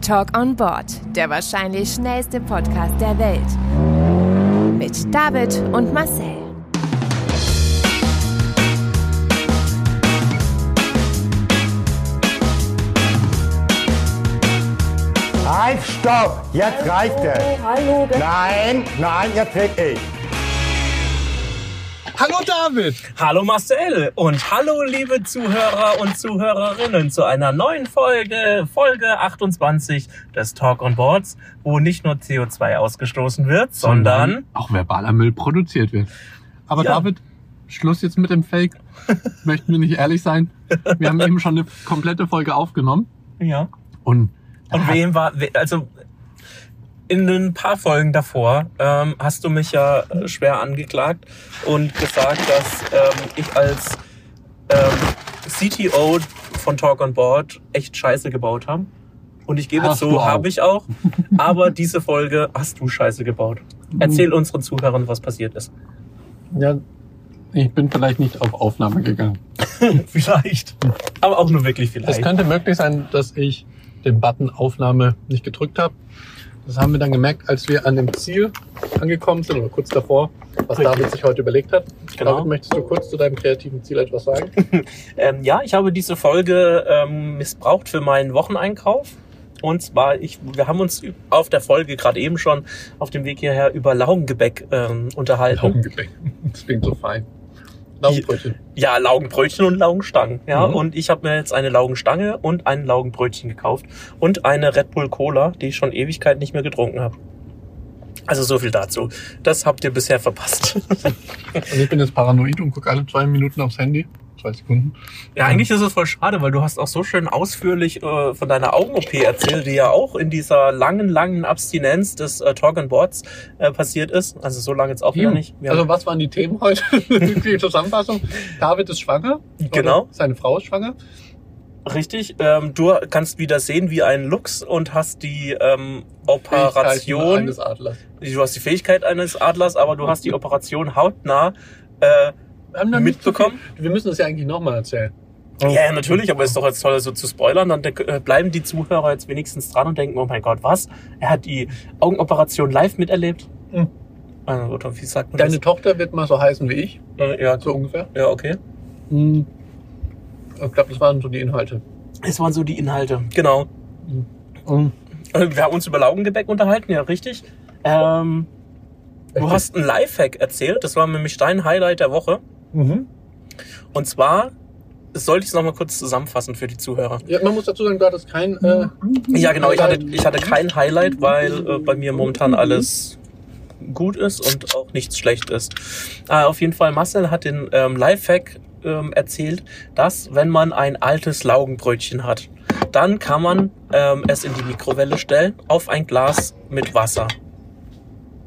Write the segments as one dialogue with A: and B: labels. A: Talk on Board, der wahrscheinlich schnellste Podcast der Welt. Mit David und Marcel.
B: Halt, stopp! Jetzt reicht es!
C: Hallo, das-
B: Nein, nein, jetzt red ich.
D: Hallo David!
E: Hallo Marcel und hallo liebe Zuhörer und Zuhörerinnen zu einer neuen Folge, Folge 28 des Talk on Boards, wo nicht nur CO2 ausgestoßen wird, sondern
D: auch verbaler Müll produziert wird. Aber
E: Ja.
D: David, Schluss jetzt mit dem Fake. Möchten wir nicht ehrlich sein? Wir haben eben schon eine komplette Folge aufgenommen
E: ja.
D: und
E: Und wem war, we- also in ein paar Folgen davor ähm, hast du mich ja äh, schwer angeklagt und gesagt, dass ähm, ich als ähm, CTO von Talk on Board echt Scheiße gebaut habe. Und ich gebe
D: Hast du
E: zu,
D: auch.
E: habe ich auch. Aber diese Folge hast du Scheiße gebaut. Erzähl unseren Zuhörern, was passiert ist.
D: ja, ich bin vielleicht nicht auf Aufnahme gegangen.
E: Vielleicht. Aber auch nur wirklich
D: Es
E: vielleicht.
D: könnte möglich sein, dass ich den Button Aufnahme nicht gedrückt habe. Das haben wir dann gemerkt, als wir an dem Ziel angekommen sind oder kurz davor, was
E: Richtig.
D: David sich heute überlegt hat.
E: Genau.
D: David, möchtest du kurz zu deinem kreativen Ziel etwas sagen?
E: Ähm, ja, ich habe diese Folge ähm, missbraucht für meinen Wocheneinkauf. Und zwar, ich, wir haben uns üb- auf der Folge gerade eben schon auf dem Weg hierher über Laugengebäck ähm, unterhalten.
D: Laugengebäck. Das klingt so fein. Laugenbrötchen.
E: Ja, Laugenbrötchen und Laugenstangen. Ja,
D: Mhm.
E: und ich habe mir jetzt eine Laugenstange und ein Laugenbrötchen gekauft und eine Red Bull Cola, die ich schon Ewigkeit nicht mehr getrunken habe. Also so viel dazu. Das habt ihr bisher verpasst.
D: Also ich bin jetzt paranoid und gucke alle zwei Minuten aufs Handy. Zwei Sekunden.
E: Ja, eigentlich ist es voll schade, weil du hast auch so schön ausführlich äh, von deiner Augen-OP erzählt, die ja auch in dieser langen, langen Abstinenz des äh, Talk and Boards äh, passiert ist. Also so lange jetzt auch wieder nicht. Wir
D: Also
E: haben-
D: was waren die Themen heute? die Zusammenfassung. David ist schwanger.
E: Genau.
D: Oder Seine Frau ist schwanger.
E: richtig, ähm, du kannst wieder sehen wie ein Luchs und hast die ähm,
D: Fähigkeiten
E: Operation,
D: eines Adlers.
E: du hast die Fähigkeit eines Adlers, aber du hast die Operation hautnah äh,
D: Wir haben noch nicht so
E: mitbekommen.
D: viel- Wir müssen das ja eigentlich nochmal erzählen.
E: Ja, ja, natürlich, aber ist doch jetzt toll, so zu spoilern. Dann äh, bleiben die Zuhörer jetzt wenigstens dran und denken, oh mein Gott, was? Er hat die Augenoperation live miterlebt?
D: Mhm.
E: Äh, Oder wie sagt man
D: Deine Tochter wird mal so heißen wie ich.
E: das? Äh, Ja,
D: So ungefähr.
E: ja, okay.
D: Hm. Ich glaube, das waren so die Inhalte.
E: Es waren so die Inhalte, genau.
D: Hm.
E: Äh, Wir haben uns über Laugengebäck unterhalten, ja, richtig. Ähm, du
D: Richtig.
E: hast ein Lifehack erzählt, das war nämlich dein Highlight der Woche. Mhm. Und zwar, das sollte ich es nochmal kurz zusammenfassen für die Zuhörer.
D: Ja, man muss dazu sagen, du hattest kein... Äh,
E: Ja, genau. Ich hatte, ich hatte kein Highlight, weil äh, bei mir momentan alles gut ist und auch nichts schlecht ist. Äh, auf jeden Fall, Marcel hat den ähm, Lifehack ähm, erzählt, dass wenn man ein altes Laugenbrötchen hat, dann kann man ähm, es in die Mikrowelle stellen auf ein Glas mit Wasser.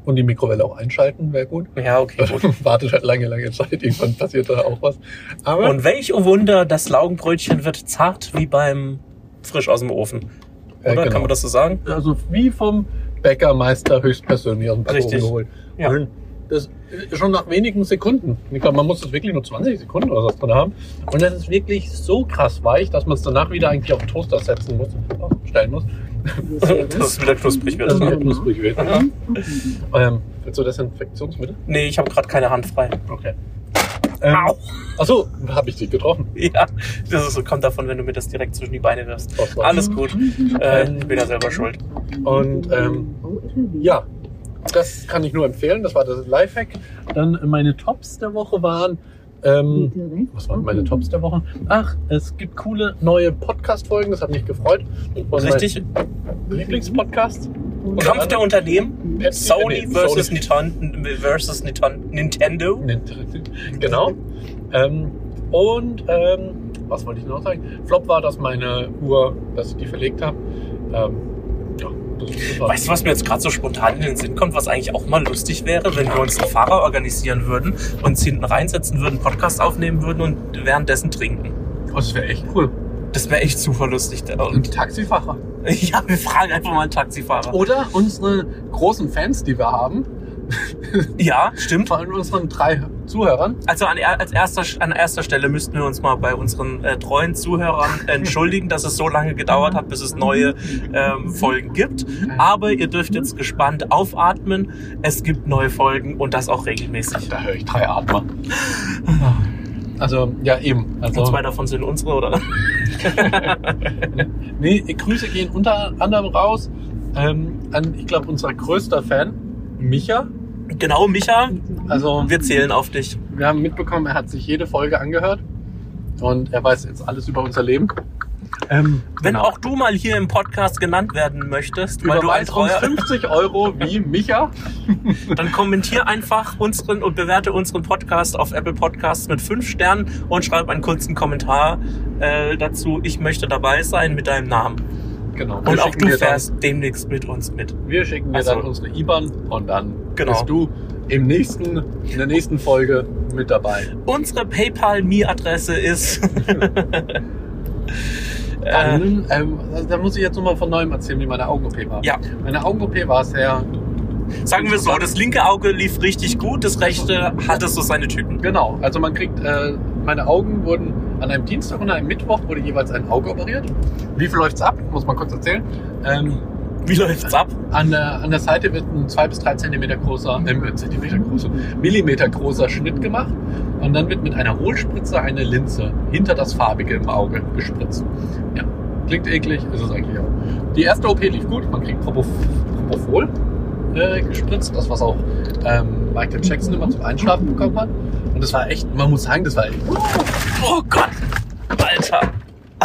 D: und die Mikrowelle auch einschalten, wäre gut.
E: Ja, okay, gut.
D: Wartet halt lange, lange Zeit. Irgendwann passiert da auch was. Aber
E: Und welch oh Wunder, das Laugenbrötchen wird zart wie beim frisch aus dem Ofen.
D: Ja,
E: Oder
D: genau.
E: kann man das so sagen?
D: also wie vom Bäckermeister höchstpersönlich aus dem Backofen
E: Richtig.
D: geholt.
E: Ja.
D: Und Das ist schon nach wenigen Sekunden. Ich glaube, man muss das wirklich nur 20 Sekunden oder was drin haben. Und das ist wirklich so krass weich, dass man es danach wieder eigentlich auf den Toaster setzen muss, stellen muss.
E: Dass es wieder knusprig
D: Dass es wieder
E: wird.
D: knusprig wird.
E: Mhm.
D: Ähm, willst du Desinfektionsmittel?
E: Nee, ich habe gerade keine Hand frei.
D: Okay. Ähm,
E: Au.
D: Achso, habe ich dich getroffen.
E: Ja, das ist, kommt davon, wenn du mir das direkt zwischen die Beine wirfst.
D: Doch, doch.
E: Alles gut. Äh, ich bin ja selber schuld.
D: Und ähm, ja, das kann ich nur empfehlen. Das war das Lifehack. Dann meine Tops der Woche waren. Ähm, was waren meine Tops der Woche? Ach, es gibt coole neue Podcast-Folgen. Das hat mich gefreut. Und
E: Richtig.
D: Mein Lieblingspodcast. Unter
E: Kampf der
D: anderem
E: Unternehmen.
D: Pepsi-
E: Sony
D: nee,
E: versus,
D: Sony.
E: Nitan, versus Nitan, Nintendo.
D: Genau. Ähm, und ähm, was wollte ich noch sagen? Flop war, dass meine Uhr, dass ich die verlegt habe. Ähm, ja, das, das war
E: Weißt du, was mir jetzt gerade so spontan in den Sinn kommt, was eigentlich auch mal lustig wäre, wenn wir uns einen Fahrer organisieren würden, uns hinten reinsetzen würden, einen Podcast aufnehmen würden und währenddessen trinken.
D: Oh, das wäre echt cool.
E: Das wäre echt super lustig. Und
D: Und Taxifahrer.
E: ja, wir fragen einfach mal einen Taxifahrer.
D: Oder unsere großen Fans, die wir haben,
E: Ja, stimmt.
D: Vor allem unseren drei Zuhörern.
E: Also an, er- als erster, an erster Stelle müssten wir uns mal bei unseren äh, treuen Zuhörern entschuldigen, dass es so lange gedauert hat, bis es neue ähm, Folgen gibt. Aber ihr dürft jetzt gespannt aufatmen. Es gibt neue Folgen und das auch regelmäßig.
D: Da höre ich drei Atmer. Ah. Also, ja, eben.
E: Und
D: Also,
E: zwei davon sind unsere, oder?
D: nee, Grüße gehen unter anderem raus ähm, an, ich glaube, unser größter Fan, Micha.
E: Genau, Micha.
D: Also, wir,
E: Wir zählen auf dich.
D: wir haben mitbekommen, er hat sich jede Folge angehört und er weiß jetzt alles über unser Leben. Ähm,
E: Wenn auch du mal hier im Podcast genannt werden möchtest, weil du ein
D: Überweist uns
E: treuer,
D: 50 Euro wie Micha.
E: dann kommentier einfach unseren und bewerte unseren Podcast auf Apple Podcasts mit fünf Sternen und schreib einen kurzen Kommentar äh, dazu. Ich möchte dabei sein mit deinem Namen.
D: Genau.
E: Und auch du
D: fährst.
E: fährst demnächst mit uns mit.
D: Wir schicken dir
E: Ach so.
D: dann unsere IBAN und dann
E: Genau.
D: bist du im nächsten, in der nächsten Folge mit dabei.
E: Unsere PayPal-Me-Adresse ist. äh,
D: Dann, ähm, also da muss ich jetzt nochmal von neuem erzählen, wie meine Augen-OP war.
E: Ja.
D: Meine Augen-OP war sehr,
E: sagen wir so, das linke Auge lief richtig gut, das rechte hatte so seine Tücken.
D: genau. Also man kriegt, äh, meine Augen wurden an einem Dienstag und einem Mittwoch wurde jeweils ein Auge operiert. Wie viel läuft's ab? Muss man kurz erzählen. Ähm,
E: Wie läuft's ab?
D: An der, an der Seite wird ein 2 bis 3 Zentimeter großer, äh, Zentimeter großer, Millimeter großer Schnitt gemacht und dann wird mit einer Hohlspritze eine Linse hinter das Farbige im Auge gespritzt. Ja, klingt eklig, ist es eigentlich auch. Die erste OP lief gut, man kriegt Propofol, Propofol äh, gespritzt, das was auch ähm, Michael Jackson immer zum Einschlafen bekommen hat. Und das war echt, man muss sagen, das war echt
E: Oh Gott! Alter!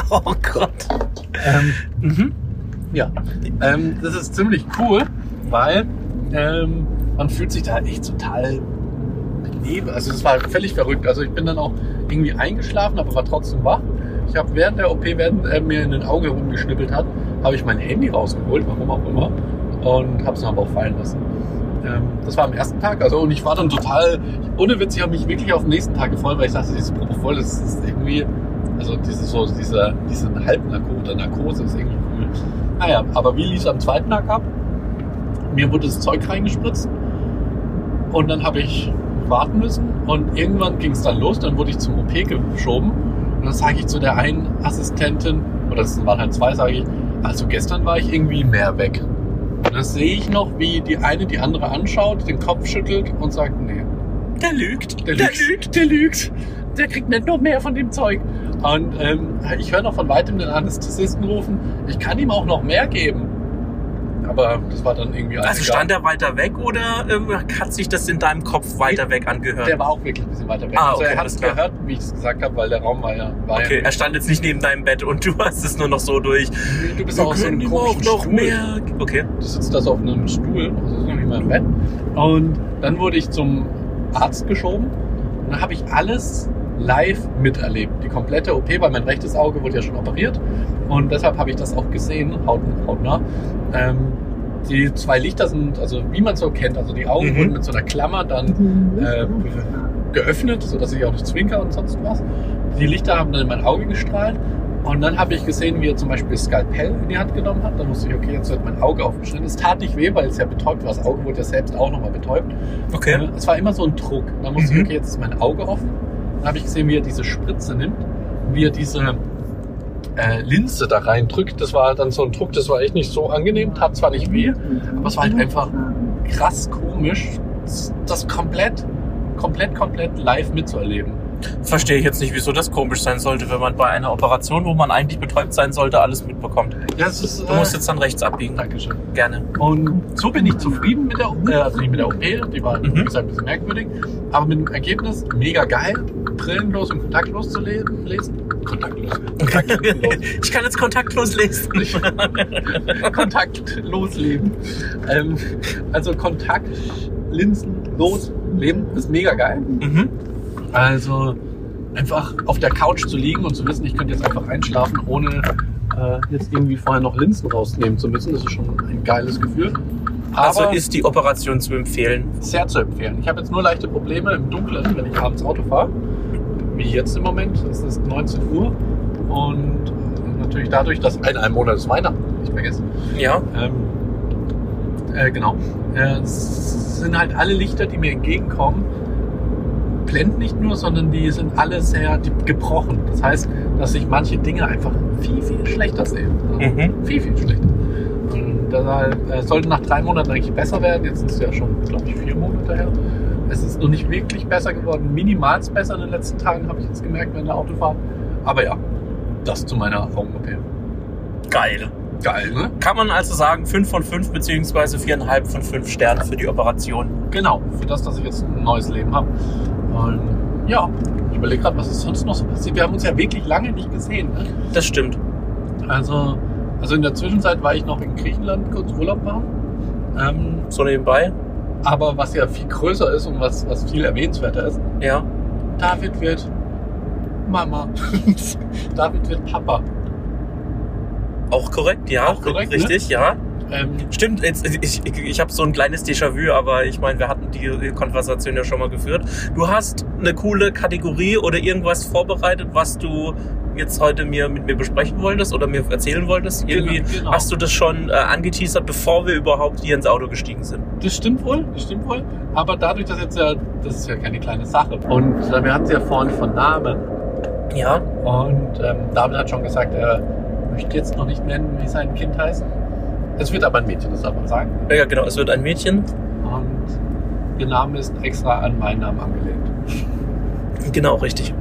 E: Oh Gott! Mhm.
D: Ja, ähm, das ist ziemlich cool, weil ähm, man fühlt sich da echt total lebe. Also das war völlig verrückt. Also ich bin dann auch irgendwie eingeschlafen, aber war trotzdem wach. Ich habe während der OP, während er mir in den Auge rumgeschnippelt hat, habe ich mein Handy rausgeholt, warum auch immer, und habe es dann aber auch fallen lassen. Ähm, das war am ersten Tag, also und ich war dann total, ohne Witz, ich habe mich wirklich auf den nächsten Tag gefreut, weil ich dachte, dieses Propofol, das ist irgendwie, also dieses, so, dieser, diese Halbnarkose oder Narkose ist irgendwie cool. Naja, aber wie lief es am zweiten Tag ab? Mir wurde das Zeug reingespritzt und dann habe ich warten müssen und irgendwann ging es dann los, dann wurde ich zum OP geschoben und dann sage ich zu der einen Assistentin, oder es waren halt zwei, sage ich, also gestern war ich irgendwie mehr weg. Und das sehe ich noch, wie die eine die andere anschaut, den Kopf schüttelt und sagt, nee,
E: Der lügt.
D: der lügt, der lügt. Der kriegt nicht noch mehr von dem Zeug. Und ähm, ich höre noch von weitem den Anästhesisten rufen, ich kann ihm auch noch mehr geben. Aber das war dann irgendwie alles
E: Also
D: egal.
E: stand er weiter weg oder ähm, hat sich das in deinem Kopf weiter weg angehört?
D: Der war auch wirklich ein bisschen weiter weg.
E: Ah,
D: also
E: okay,
D: er hat
E: alles
D: es
E: klar.
D: gehört, wie ich es gesagt habe, weil der Raum war ja. War
E: Okay,
D: ja
E: er stand jetzt nicht neben deinem Bett und du hast es nur noch so durch.
D: du bist auch so einem
E: ihm
D: komischen Stuhl.
E: Okay.
D: Du sitzt da so auf einem Stuhl, also ist noch nicht mal im Bett. Und dann wurde ich zum Arzt geschoben und dann habe ich alles live miterlebt. Die komplette OP, weil mein rechtes Auge wurde ja schon operiert und deshalb habe ich das auch gesehen, haut, hautnah. Ähm, die zwei Lichter sind, also wie man so kennt, also die Augen
E: Mhm.
D: wurden mit so einer Klammer dann äh, geöffnet, sodass ich auch nicht zwinker und sonst was. Die Lichter haben dann in mein Auge gestrahlt und dann habe ich gesehen, wie er zum Beispiel Skalpell in die Hand genommen hat. Dann wusste ich, okay, jetzt wird mein Auge aufgeschnitten. Es tat nicht weh, weil es ja betäubt war. Das Auge wurde ja selbst auch nochmal betäubt.
E: Okay.
D: Es war immer so ein Druck. Dann wusste
E: Mhm.
D: ich, okay, jetzt ist mein Auge offen. Dann habe ich gesehen, wie er diese Spritze nimmt, wie er diese äh, Linse da reindrückt. Das war dann so ein Druck, das war echt nicht so angenehm, tat zwar nicht weh, aber es war halt einfach krass komisch, das komplett, komplett, komplett live mitzuerleben.
E: Verstehe ich jetzt nicht, wieso das komisch sein sollte, wenn man bei einer Operation, wo man eigentlich betäubt sein sollte, alles mitbekommt.
D: Ja, es ist, äh,
E: Du musst jetzt dann rechts abbiegen.
D: Dankeschön.
E: Gerne.
D: Und so bin ich zufrieden mit der, äh, also nicht mit der OP, die war wie gesagt, ein bisschen merkwürdig, aber mit dem Ergebnis mega geil, brillenlos und kontaktlos zu le lesen. Kontaktlos. Kontaktlos.
E: ich kann jetzt kontaktlos lesen.
D: kontaktlos leben. Ähm, also kontaktlinsenlos leben ist mega geil.
E: Mhm.
D: Also einfach auf der Couch zu liegen und zu wissen, ich könnte jetzt einfach einschlafen, ohne äh, jetzt irgendwie vorher noch Linsen rausnehmen zu müssen, das ist schon ein geiles Gefühl.
E: Also
D: Aber-
E: ist die Operation zu empfehlen.
D: sehr zu empfehlen. Ich habe jetzt nur leichte Probleme im Dunkeln, wenn ich abends Auto fahre, wie jetzt im Moment. Es ist 19 Uhr und natürlich dadurch, dass in einem Monat ist Weihnachten, nicht vergessen,
E: Ja.
D: ähm, äh, genau, äh, es sind halt alle Lichter, die mir entgegenkommen, blenden nicht nur, sondern die sind alle sehr di- gebrochen. Das heißt, dass ich manche Dinge einfach viel, viel schlechter sehe. Also
E: Mhm.
D: Viel, viel schlechter. Und das äh, sollte nach drei Monaten eigentlich besser werden. Jetzt sind es ja schon, glaube ich, vier Monate her. Es ist noch nicht wirklich besser geworden. Minimal besser in den letzten Tagen, habe ich jetzt gemerkt, während der Autofahrt. Aber ja, das zu meiner Augen-OP.
E: Geil.
D: Geil, ne?
E: Kann man also sagen, 5 von 5 beziehungsweise 4,5 von 5 Sternen für die Operation.
D: Genau, für das, dass ich jetzt ein neues Leben habe. Und ja, ich überlege gerade, was ist sonst noch so passiert. Wir haben uns ja wirklich lange nicht gesehen. Ne?
E: Das stimmt.
D: Also, also in der Zwischenzeit war ich noch in Griechenland kurz Urlaub machen. Ähm,
E: So nebenbei.
D: aber was ja viel größer ist und was, was viel erwähnenswerter ist,
E: Ja.
D: David wird Mama. David wird Papa.
E: Auch korrekt, ja.
D: Auch korrekt, ne?
E: Richtig, ja.
D: Ähm,
E: Stimmt, jetzt, ich, ich, ich habe so ein kleines Déjà-vu, aber ich meine, wir hatten die Konversation ja schon mal geführt. Du hast eine coole Kategorie oder irgendwas vorbereitet, was du jetzt heute mir mit mir besprechen wolltest oder mir erzählen wolltest. Irgendwie
D: genau, genau.
E: hast du das schon äh, angeteasert, bevor wir überhaupt hier ins Auto gestiegen sind.
D: Das stimmt wohl, das stimmt wohl. Aber dadurch, dass jetzt ja, das ist ja keine kleine Sache. Und äh, wir hatten es ja vorhin von Namen.
E: Ja,
D: Und ähm, David hat schon gesagt, er möchte jetzt noch nicht nennen, wie sein Kind heißt. Es wird aber ein Mädchen, das darf man sagen.
E: ja genau, es wird ein Mädchen.
D: Und ihr Name ist extra an meinen Namen angelehnt.
E: Genau, richtig.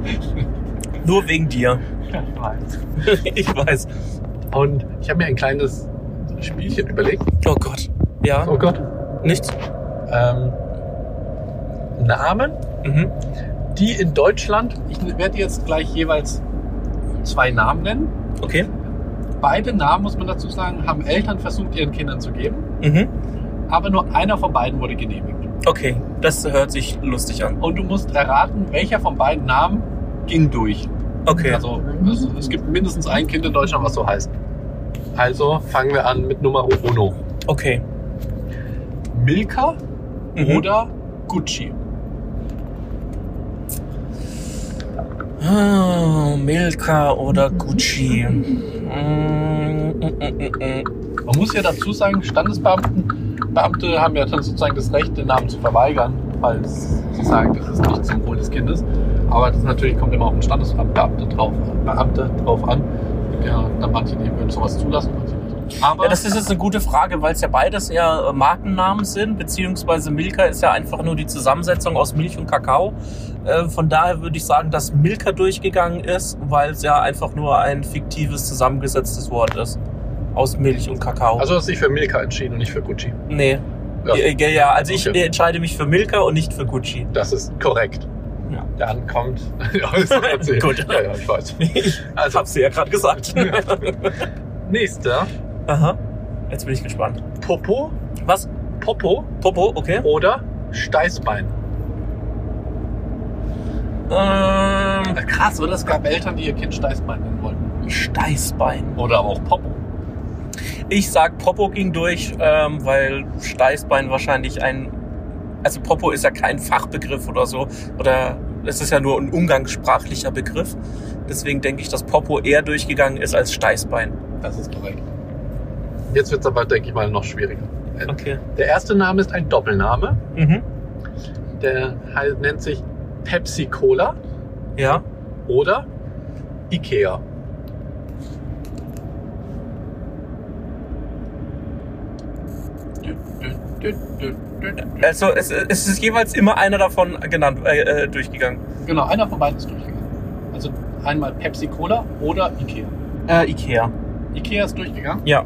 E: Nur wegen dir.
D: Ich weiß.
E: ich weiß.
D: Und ich habe mir ein kleines Spielchen überlegt.
E: Oh Gott. Ja,
D: Oh Gott.
E: nichts.
D: Ähm, Namen,
E: Mhm.
D: die in Deutschland, ich werde jetzt gleich jeweils zwei Namen nennen.
E: Okay.
D: Beide Namen, muss man dazu sagen, haben Eltern versucht, ihren Kindern zu geben.
E: Mhm.
D: Aber nur einer von beiden wurde genehmigt.
E: Okay, das hört sich lustig an.
D: und du musst erraten, welcher von beiden Namen ging durch.
E: Okay.
D: Also es, es gibt mindestens ein Kind in Deutschland, was so heißt. Also fangen wir an mit Nummer Uno.
E: Okay.
D: Milka
E: Mhm.
D: oder Gucci.
E: Ah, Milka oder Gucci. Mm, mm, mm, mm, mm.
D: Man muss ja dazu sagen, Standesbeamten Beamte haben ja dann sozusagen das Recht, den Namen zu verweigern, falls sie sagen, das ist nicht zum Wohl des Kindes. Aber das natürlich kommt immer auf den Standesbeamte drauf, Beamte drauf an. Es gibt ja dann manche, die würden sowas zulassen, manche nicht. Aber
E: Ja, das ist jetzt eine gute Frage, weil es ja beides ja äh, Markennamen sind, beziehungsweise Milka ist ja einfach nur die Zusammensetzung aus Milch und Kakao. Äh, Von daher würde ich sagen, dass Milka durchgegangen ist, weil es ja einfach nur ein fiktives zusammengesetztes Wort ist. Aus Milch und Kakao.
D: also hast du dich für Milka entschieden und nicht für Gucci.
E: nee.
D: Ja.
E: Ja, ja, ja also ich
D: Okay.
E: entscheide mich für Milka und nicht für Gucci.
D: Das ist korrekt.
E: Ja.
D: Dann kommt. Ja, das hat sie-
E: Gut.
D: Ja, ja, ich weiß.
E: ich
D: Also,
E: hab's dir ja gerade gesagt.
D: nächster.
E: Aha. Jetzt bin ich gespannt.
D: Popo,
E: Was?
D: Popo
E: Popo, okay.
D: oder Steißbein.
E: Ähm,
D: Krass, oder? Es gab Eltern, die ihr Kind Steißbein nennen wollten.
E: Steißbein.
D: Oder aber auch Popo.
E: Ich sag, Popo ging durch, ähm, weil Steißbein wahrscheinlich ein. Also Popo ist ja kein Fachbegriff oder so. Oder es ist ja nur ein umgangssprachlicher Begriff. Deswegen denke ich, dass Popo eher durchgegangen ist als Steißbein.
D: Das ist korrekt. Jetzt wird es aber, denke ich mal, noch schwieriger. Äh,
E: Okay.
D: Der erste Name ist ein Doppelname.
E: Mhm.
D: Der he- nennt sich Pepsi Cola
E: Ja.
D: oder Ikea.
E: Also es, es ist jeweils immer einer davon genannt, äh, äh, durchgegangen.
D: Genau, einer von beiden ist durchgegangen. Also einmal Pepsi Cola oder Ikea.
E: Äh, Ikea.
D: Ikea ist durchgegangen.
E: Ja.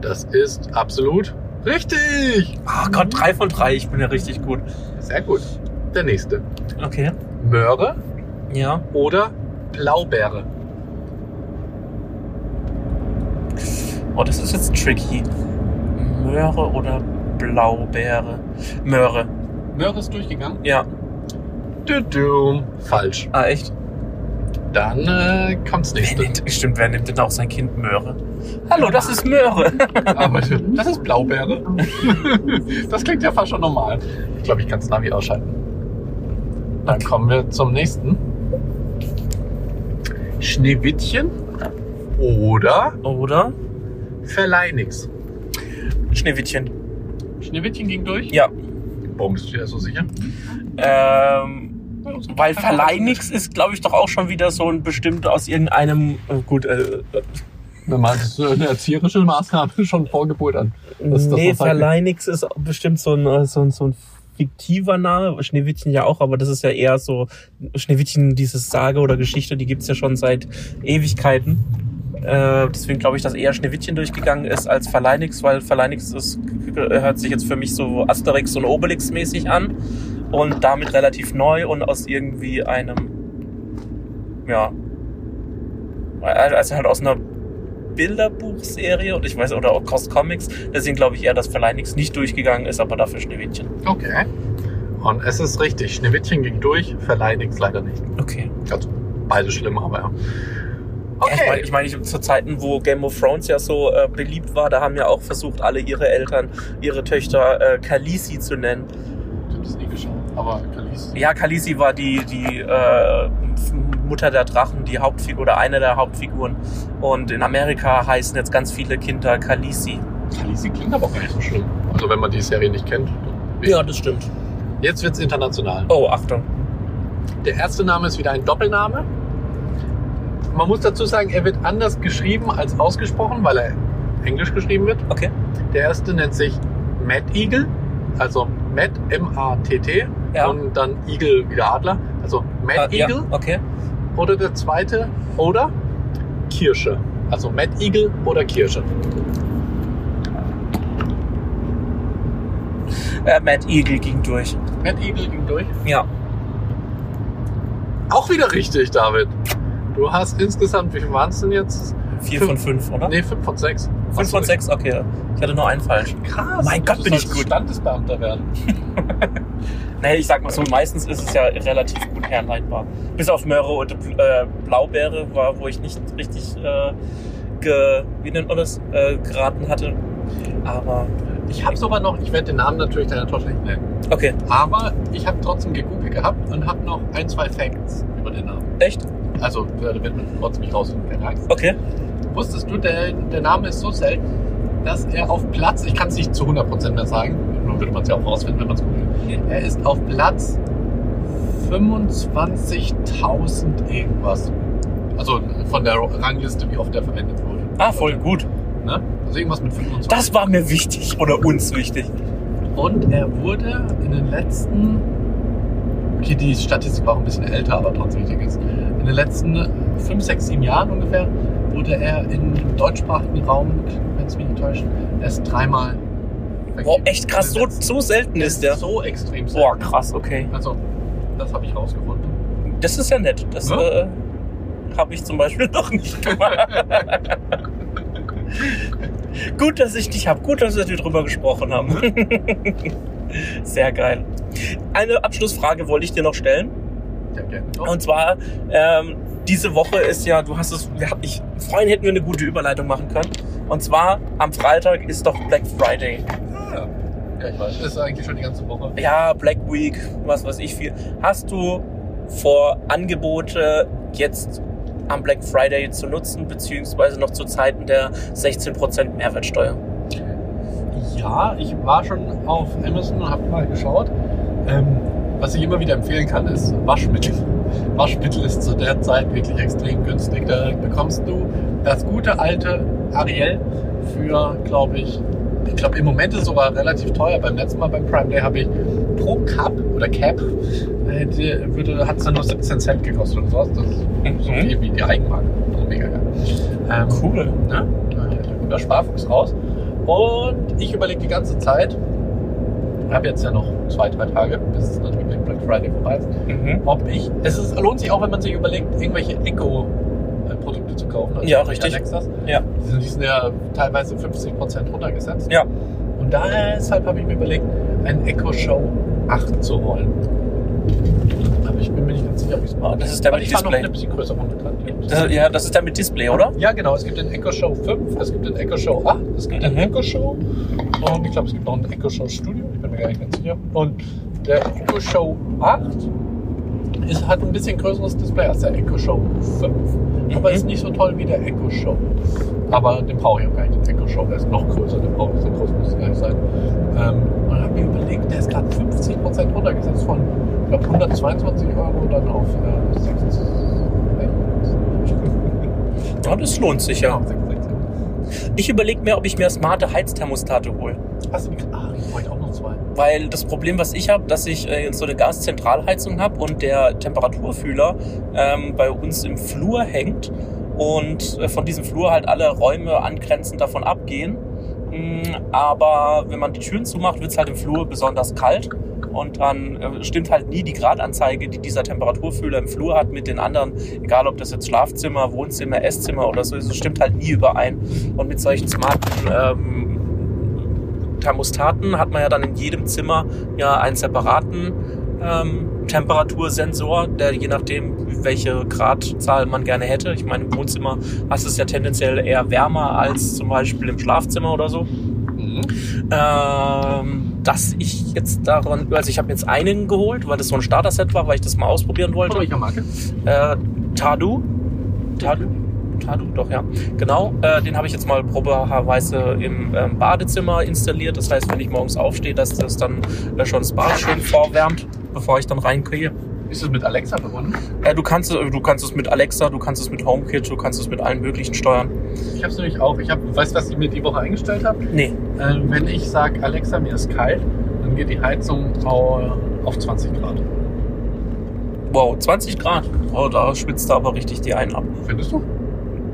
D: Das ist absolut richtig.
E: Ah Gott, drei von drei. Ich bin ja richtig gut.
D: Sehr gut. Der nächste.
E: Okay.
D: Möhre
E: Ja.
D: oder Blaubeere.
E: Oh, das ist jetzt tricky. Möhre oder Blaubeere? Möhre.
D: Möhre ist durchgegangen.
E: Ja.
D: Du, du. Falsch.
E: Ah, echt?
D: Dann äh, kommt's
E: Wer
D: nächste.
E: nimmt, stimmt, wer nimmt denn auch sein Kind Möhre? Hallo, das ist Möhre.
D: Aber das ist Blaubeere. Das klingt ja fast schon normal. Ich glaube, ich kann das Navi ausschalten. Dann kommen wir zum nächsten. Schneewittchen oder
E: Oder?
D: Verleinix.
E: Schneewittchen.
D: Schneewittchen ging durch?
E: Ja.
D: Warum bist du dir so sicher?
E: Ähm, weil Verleinix ist, glaube ich, doch auch schon wieder so ein bestimmt aus irgendeinem. äh, Gut, äh, äh,
C: Das ist
D: äh,
C: eine erzieherische Maßnahme schon vor Geburt an. Das- das
E: nee,
C: muss halt-
E: Verleinix ist bestimmt so ein, äh, so ein, so ein fiktiver Name. Schneewittchen ja auch, aber das ist ja eher so. Schneewittchen, dieses Sage oder Geschichte, die gibt's ja schon seit Ewigkeiten. Äh, deswegen glaube ich, dass eher Schneewittchen durchgegangen ist als Verleinix, weil Verleinix ist, hört sich jetzt für mich so Asterix und Obelix mäßig an und damit relativ neu und aus irgendwie einem, ja, also halt aus einer Bilderbuchserie und ich weiß, oder auch Cost Comics. Deswegen glaube ich eher, dass Verleinix nicht durchgegangen ist, aber dafür Schneewittchen.
D: Okay. Und es ist richtig. Schneewittchen ging durch, Verleinix leider nicht.
E: Okay.
D: Also beide schlimm, aber ja.
E: Ja, ich meine,
D: Okay.
E: ich meine, ich, zu Zeiten, wo Game of Thrones ja so äh, beliebt war, da haben ja auch versucht, alle ihre Eltern, ihre Töchter äh, Khaleesi zu nennen.
D: Ich habe das nie geschaut, aber Kalis.
E: Ja, Khaleesi war die, die äh, Mutter der Drachen, die Hauptfigur oder eine der Hauptfiguren. Und in Amerika heißen jetzt ganz viele Kinder Khaleesi.
D: Kalisi klingt aber auch gar nicht so schlimm. Also wenn man die Serie nicht kennt. dann-
E: das stimmt.
D: Jetzt wird's international.
E: Oh, Achtung.
D: Der erste Name ist wieder ein Doppelname. Man muss dazu sagen, er wird anders geschrieben als ausgesprochen, weil er englisch geschrieben wird.
E: Okay.
D: Der erste nennt sich Matt Eagle, also Matt M-A-T-T
E: Ja.
D: und dann Eagle wieder Adler, also Matt
E: Äh,
D: Eagle.
E: Ja, okay.
D: Oder der zweite oder Kirsche, also Matt Eagle oder Kirsche.
E: Äh, Matt Eagle ging durch.
D: Matt Eagle ging durch.
E: Ja.
D: Auch wieder richtig, David. Du hast insgesamt, wie viel waren es denn jetzt?
E: 4
D: Fünf-
E: von 5, oder?
D: Nee, 5 von 6.
E: 5 von 6, okay. Ich hatte nur einen falsch.
D: Krass.
E: Mein Gott,
D: du
E: bin ich
D: sollst
E: gut.
D: Standesbeamter werden.
E: Nee, ich sag mal so, meistens ist es ja relativ gut herleitbar. Bis auf Möhre und äh, Blaubeere war, wo ich nicht richtig äh, ge, wie nennt man das, äh, geraten hatte. Aber
D: Ich habe sogar noch, ich werde den Namen natürlich deiner Tochter nicht nennen,
E: okay,
D: aber ich habe trotzdem gegoogelt gehabt und habe noch ein, zwei Facts über den Namen.
E: echt?
D: Also, da wird man trotzdem nicht rausfinden, keine Angst.
E: Okay.
D: Wusstest du, der, der Name ist so selten, dass er auf Platz, ich kann es nicht zu 100% mehr sagen, nur würde man es ja auch rausfinden, wenn man es googelt, er ist auf Platz 25.000 irgendwas. Also von der Rangliste, wie oft er verwendet wurde.
E: Ah, voll gut.
D: Ne? Also irgendwas mit 25.
E: Das war mir wichtig oder uns wichtig.
D: Und er wurde in den letzten, okay, die Statistik war auch ein bisschen älter, aber trotzdem wichtig ist, in den letzten 5, 6, 7 Jahren ungefähr wurde er im deutschsprachigen Raum, wenn es mich nicht täuscht, erst dreimal.
E: Wow,
D: vergeben.
E: echt krass, so, so selten
D: Der
E: ist der.
D: So extrem.
E: Boah,
D: selten.
E: krass, okay.
D: Also, das habe ich rausgefunden.
E: Das ist ja nett. Das
D: Ja.
E: äh, habe ich zum Beispiel noch nicht gemacht. Gut, dass ich dich habe. Gut, dass wir drüber gesprochen haben. Sehr geil. Eine Abschlussfrage wollte ich dir noch stellen.
D: Ja, gerne. doch.
E: Und zwar, ähm, diese Woche ist ja, du hast es, wir, hab- ich, vorhin hätten wir eine gute Überleitung machen können. Und zwar, am Freitag ist doch Black Friday.
D: Ah, ja, ich weiß. Das ist eigentlich schon die ganze Woche.
E: ja, Black Week, was weiß ich viel. Hast du vor, Angebote jetzt am Black Friday zu nutzen, beziehungsweise noch zu Zeiten der 16% Mehrwertsteuer?
D: Ja, ich war schon auf Amazon und habe mal geschaut. Ähm, was ich immer wieder empfehlen kann, ist Waschmittel. Waschmittel ist zu der Zeit wirklich extrem günstig. Da bekommst du das gute alte Ariel für, glaube ich, ich glaube im Moment ist es sogar relativ teuer. Beim letzten Mal beim Prime Day habe ich pro Cup oder Cap äh, die würde hat es dann nur 17 Cent gekostet und sowas. Das ist so viel wie die Eigenmarke. Also mega geil. Ähm,
E: Cool.
D: Ne? Guter Sparfuchs raus. Und ich überlege die ganze Zeit, habe jetzt ja noch zwei, drei Tage, bis es natürlich Black Friday vorbei ist,
E: Mhm.
D: ob ich, es ist, lohnt sich auch, wenn man sich überlegt, irgendwelche Eco-Produkte zu kaufen. also
E: Ja, richtig.
D: Alexas.
E: Ja.
D: Die sind, die sind ja teilweise 50% runtergesetzt.
E: Ja.
D: Und deshalb habe ich mir überlegt, einen Eco Show 8 zu holen. Aber ich bin mir nicht ganz sicher, ob ich es mache.
E: Oh, Das ist der
D: Weil
E: mit
D: ich war noch
E: Display.
D: eine bisschen größer runtergegangen.
E: Das, ja, das ist dann mit Display, oder?
D: Ja, genau. Es gibt den Echo Show 5, es gibt den Echo Show 8, es gibt den
E: Mhm.
D: Echo Show und ich glaube, es gibt noch ein Echo Show Studio. Ich bin mir gar nicht ganz sicher. Und der Echo Show 8 ist, hat ein bisschen größeres Display als der Echo Show 5, aber
E: Mhm.
D: ist nicht so toll wie der Echo Show. Aber den brauche ich auch gar nicht. Den Echo-Shock, der ist noch größer, der braucht nicht so groß, muss gar nicht sein. Ähm, und dann habe ich überlegt, der ist gerade 50 Prozent runtergesetzt von, ich glaube, 122 Euro dann auf äh, 66.
E: Ja, das lohnt sich ja.
D: Ja, 66.
E: Ich überlege mir, ob ich mir smarte Heizthermostate hole.
D: Hast du die? Ah, ich wollte auch noch zwei.
E: Weil das Problem, was ich habe, dass ich äh, jetzt so eine Gaszentralheizung habe und der Temperaturfühler ähm, bei uns im Flur hängt und äh, von diesem Flur halt alle Räume angrenzend davon abgehen. Mm, Aber wenn man die Türen zumacht, wird es halt im Flur besonders kalt und dann äh, stimmt halt nie die Gradanzeige, die dieser Temperaturfühler im Flur hat mit den anderen, egal ob das jetzt Schlafzimmer, Wohnzimmer, Esszimmer oder so ist, es stimmt halt nie überein. Und mit solchen smarten ähm, Thermostaten hat man ja dann in jedem Zimmer ja einen separaten ähm, Temperatursensor, der je nachdem, welche Gradzahl man gerne hätte. Ich meine, im Wohnzimmer hast du es ja tendenziell eher wärmer als zum Beispiel im Schlafzimmer oder so. Ähm, dass ich jetzt daran, also ich habe jetzt einen geholt, weil das so ein Starter-Set war, weil ich das mal ausprobieren wollte.
D: Von welcher Marke?
E: Äh, Tadu. Tadu. Tadu, doch, ja. Genau. Äh, den habe ich jetzt mal probeweise im ähm, Badezimmer installiert. Das heißt, wenn ich morgens aufstehe, dass das dann äh, schon das Bad schön vorwärmt, bevor ich dann reingehe.
D: Ist es mit Alexa verbunden?
E: Äh, du, kannst, äh, du kannst es mit Alexa, du kannst es mit HomeKit, du kannst es mit allen möglichen steuern.
D: Ich habe es nämlich auch. Ich habe, weißt du, was ich mir die Woche eingestellt habe?
E: Nee,
D: Ähm, wenn ich sage, Alexa, mir ist kalt, dann geht die Heizung au- auf 20 Grad.
E: wow, 20 Grad. Oh, da schwitzt da aber richtig die einen ab.
D: Findest du?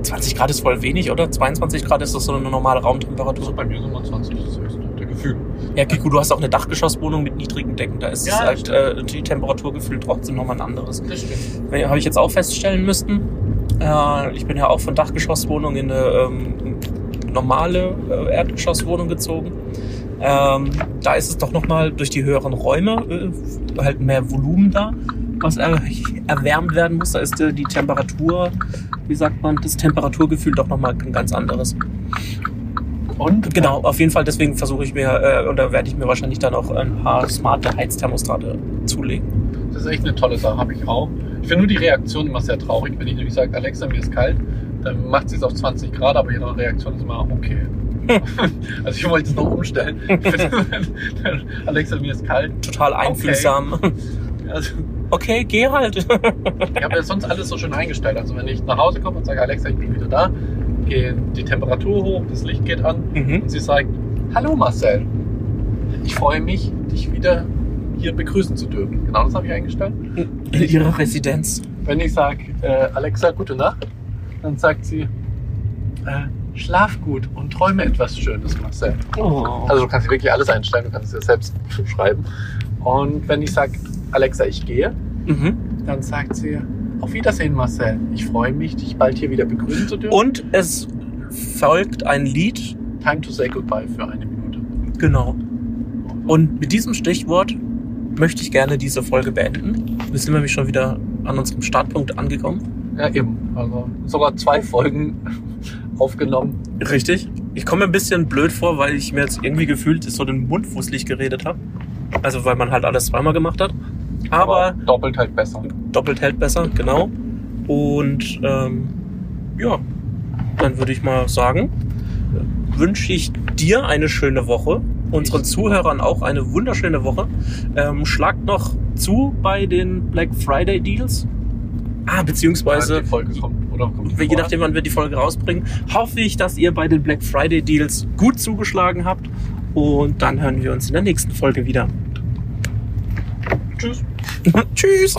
E: 20 Grad ist voll wenig, oder? 22 Grad ist doch so eine normale
D: Also
E: Raumtemperatur.
D: bei mir sind mal 20 das höchste. Der Gefühl.
E: Ja, Kiku, du hast auch eine Dachgeschosswohnung mit niedrigen Decken. Da ist
D: Ja,
E: es
D: das
E: halt, äh, die Temperaturgefühl trotzdem nochmal ein anderes.
D: Das stimmt.
E: Habe ich jetzt auch feststellen müssen. Äh, ich bin ja auch von Dachgeschosswohnung in eine ähm, normale äh, Erdgeschosswohnung gezogen. Ähm, da ist es doch nochmal durch die höheren Räume äh, halt mehr Volumen da, was er, erwärmt werden muss. Da ist äh, die, die Temperatur, wie sagt man, das Temperaturgefühl doch nochmal ein ganz anderes.
D: Und?
E: Genau, auf jeden Fall. Deswegen versuche ich mir, äh, oder werde ich mir wahrscheinlich dann auch ein paar smarte Heizthermostate zulegen.
D: Das ist echt eine tolle Sache, habe ich auch. Ich finde nur die Reaktion immer sehr traurig. Wenn ich nämlich sage, Alexa, mir ist kalt, dann macht sie es auf 20 Grad, aber ihre Reaktion ist immer okay. also ich wollte es noch umstellen. Alexa, mir ist kalt.
E: Total einfühlsam. Okay,
D: Also,
E: geh halt.
D: ich habe ja sonst alles so schön eingestellt. Also wenn ich nach Hause komme und sage, Alexa, ich bin wieder da, geht die Temperatur hoch, das Licht geht an
E: Mhm.
D: und sie sagt, hallo Marcel, ich freue mich, dich wieder hier begrüßen zu dürfen. Genau das habe ich eingestellt.
E: In ihrer Residenz.
D: Wenn ich sage, äh, Alexa, gute Nacht, dann sagt sie, äh, schlaf gut und träume etwas Schönes, Marcel.
E: Oh.
D: Also du kannst dir wirklich alles einstellen, du kannst es dir selbst schreiben. Und wenn ich sage, Alexa, ich gehe,
E: mhm.
D: dann sagt sie, auf Wiedersehen, Marcel. Ich freue mich, dich bald hier wieder begrüßen zu dürfen.
E: Und es folgt ein Lied.
D: Time to say goodbye für eine Minute.
E: Genau. Und mit diesem Stichwort möchte ich gerne diese Folge beenden. Wir sind nämlich schon wieder an unserem Startpunkt angekommen.
D: Ja, eben. Also sogar zwei Folgen aufgenommen.
E: Richtig. Ich komme mir ein bisschen blöd vor, weil ich mir jetzt irgendwie gefühlt so den Mund fußlich geredet habe. Also weil man halt alles zweimal gemacht hat. Aber
D: doppelt halt besser.
E: doppelt hält besser, genau. Und ähm, ja, dann würde ich mal sagen, äh, wünsche ich dir eine schöne Woche, unseren Zuhörern auch eine wunderschöne Woche. Ähm, schlagt noch zu bei den Black Friday Deals. Ah, beziehungsweise
D: die Folge kommt, oder? Kommt die
E: je
D: vorher?
E: nachdem, wann wir die Folge rausbringen, hoffe ich, dass ihr bei den Black Friday Deals gut zugeschlagen habt. Und dann hören wir uns in der nächsten Folge wieder. Tschüss. Tschüss.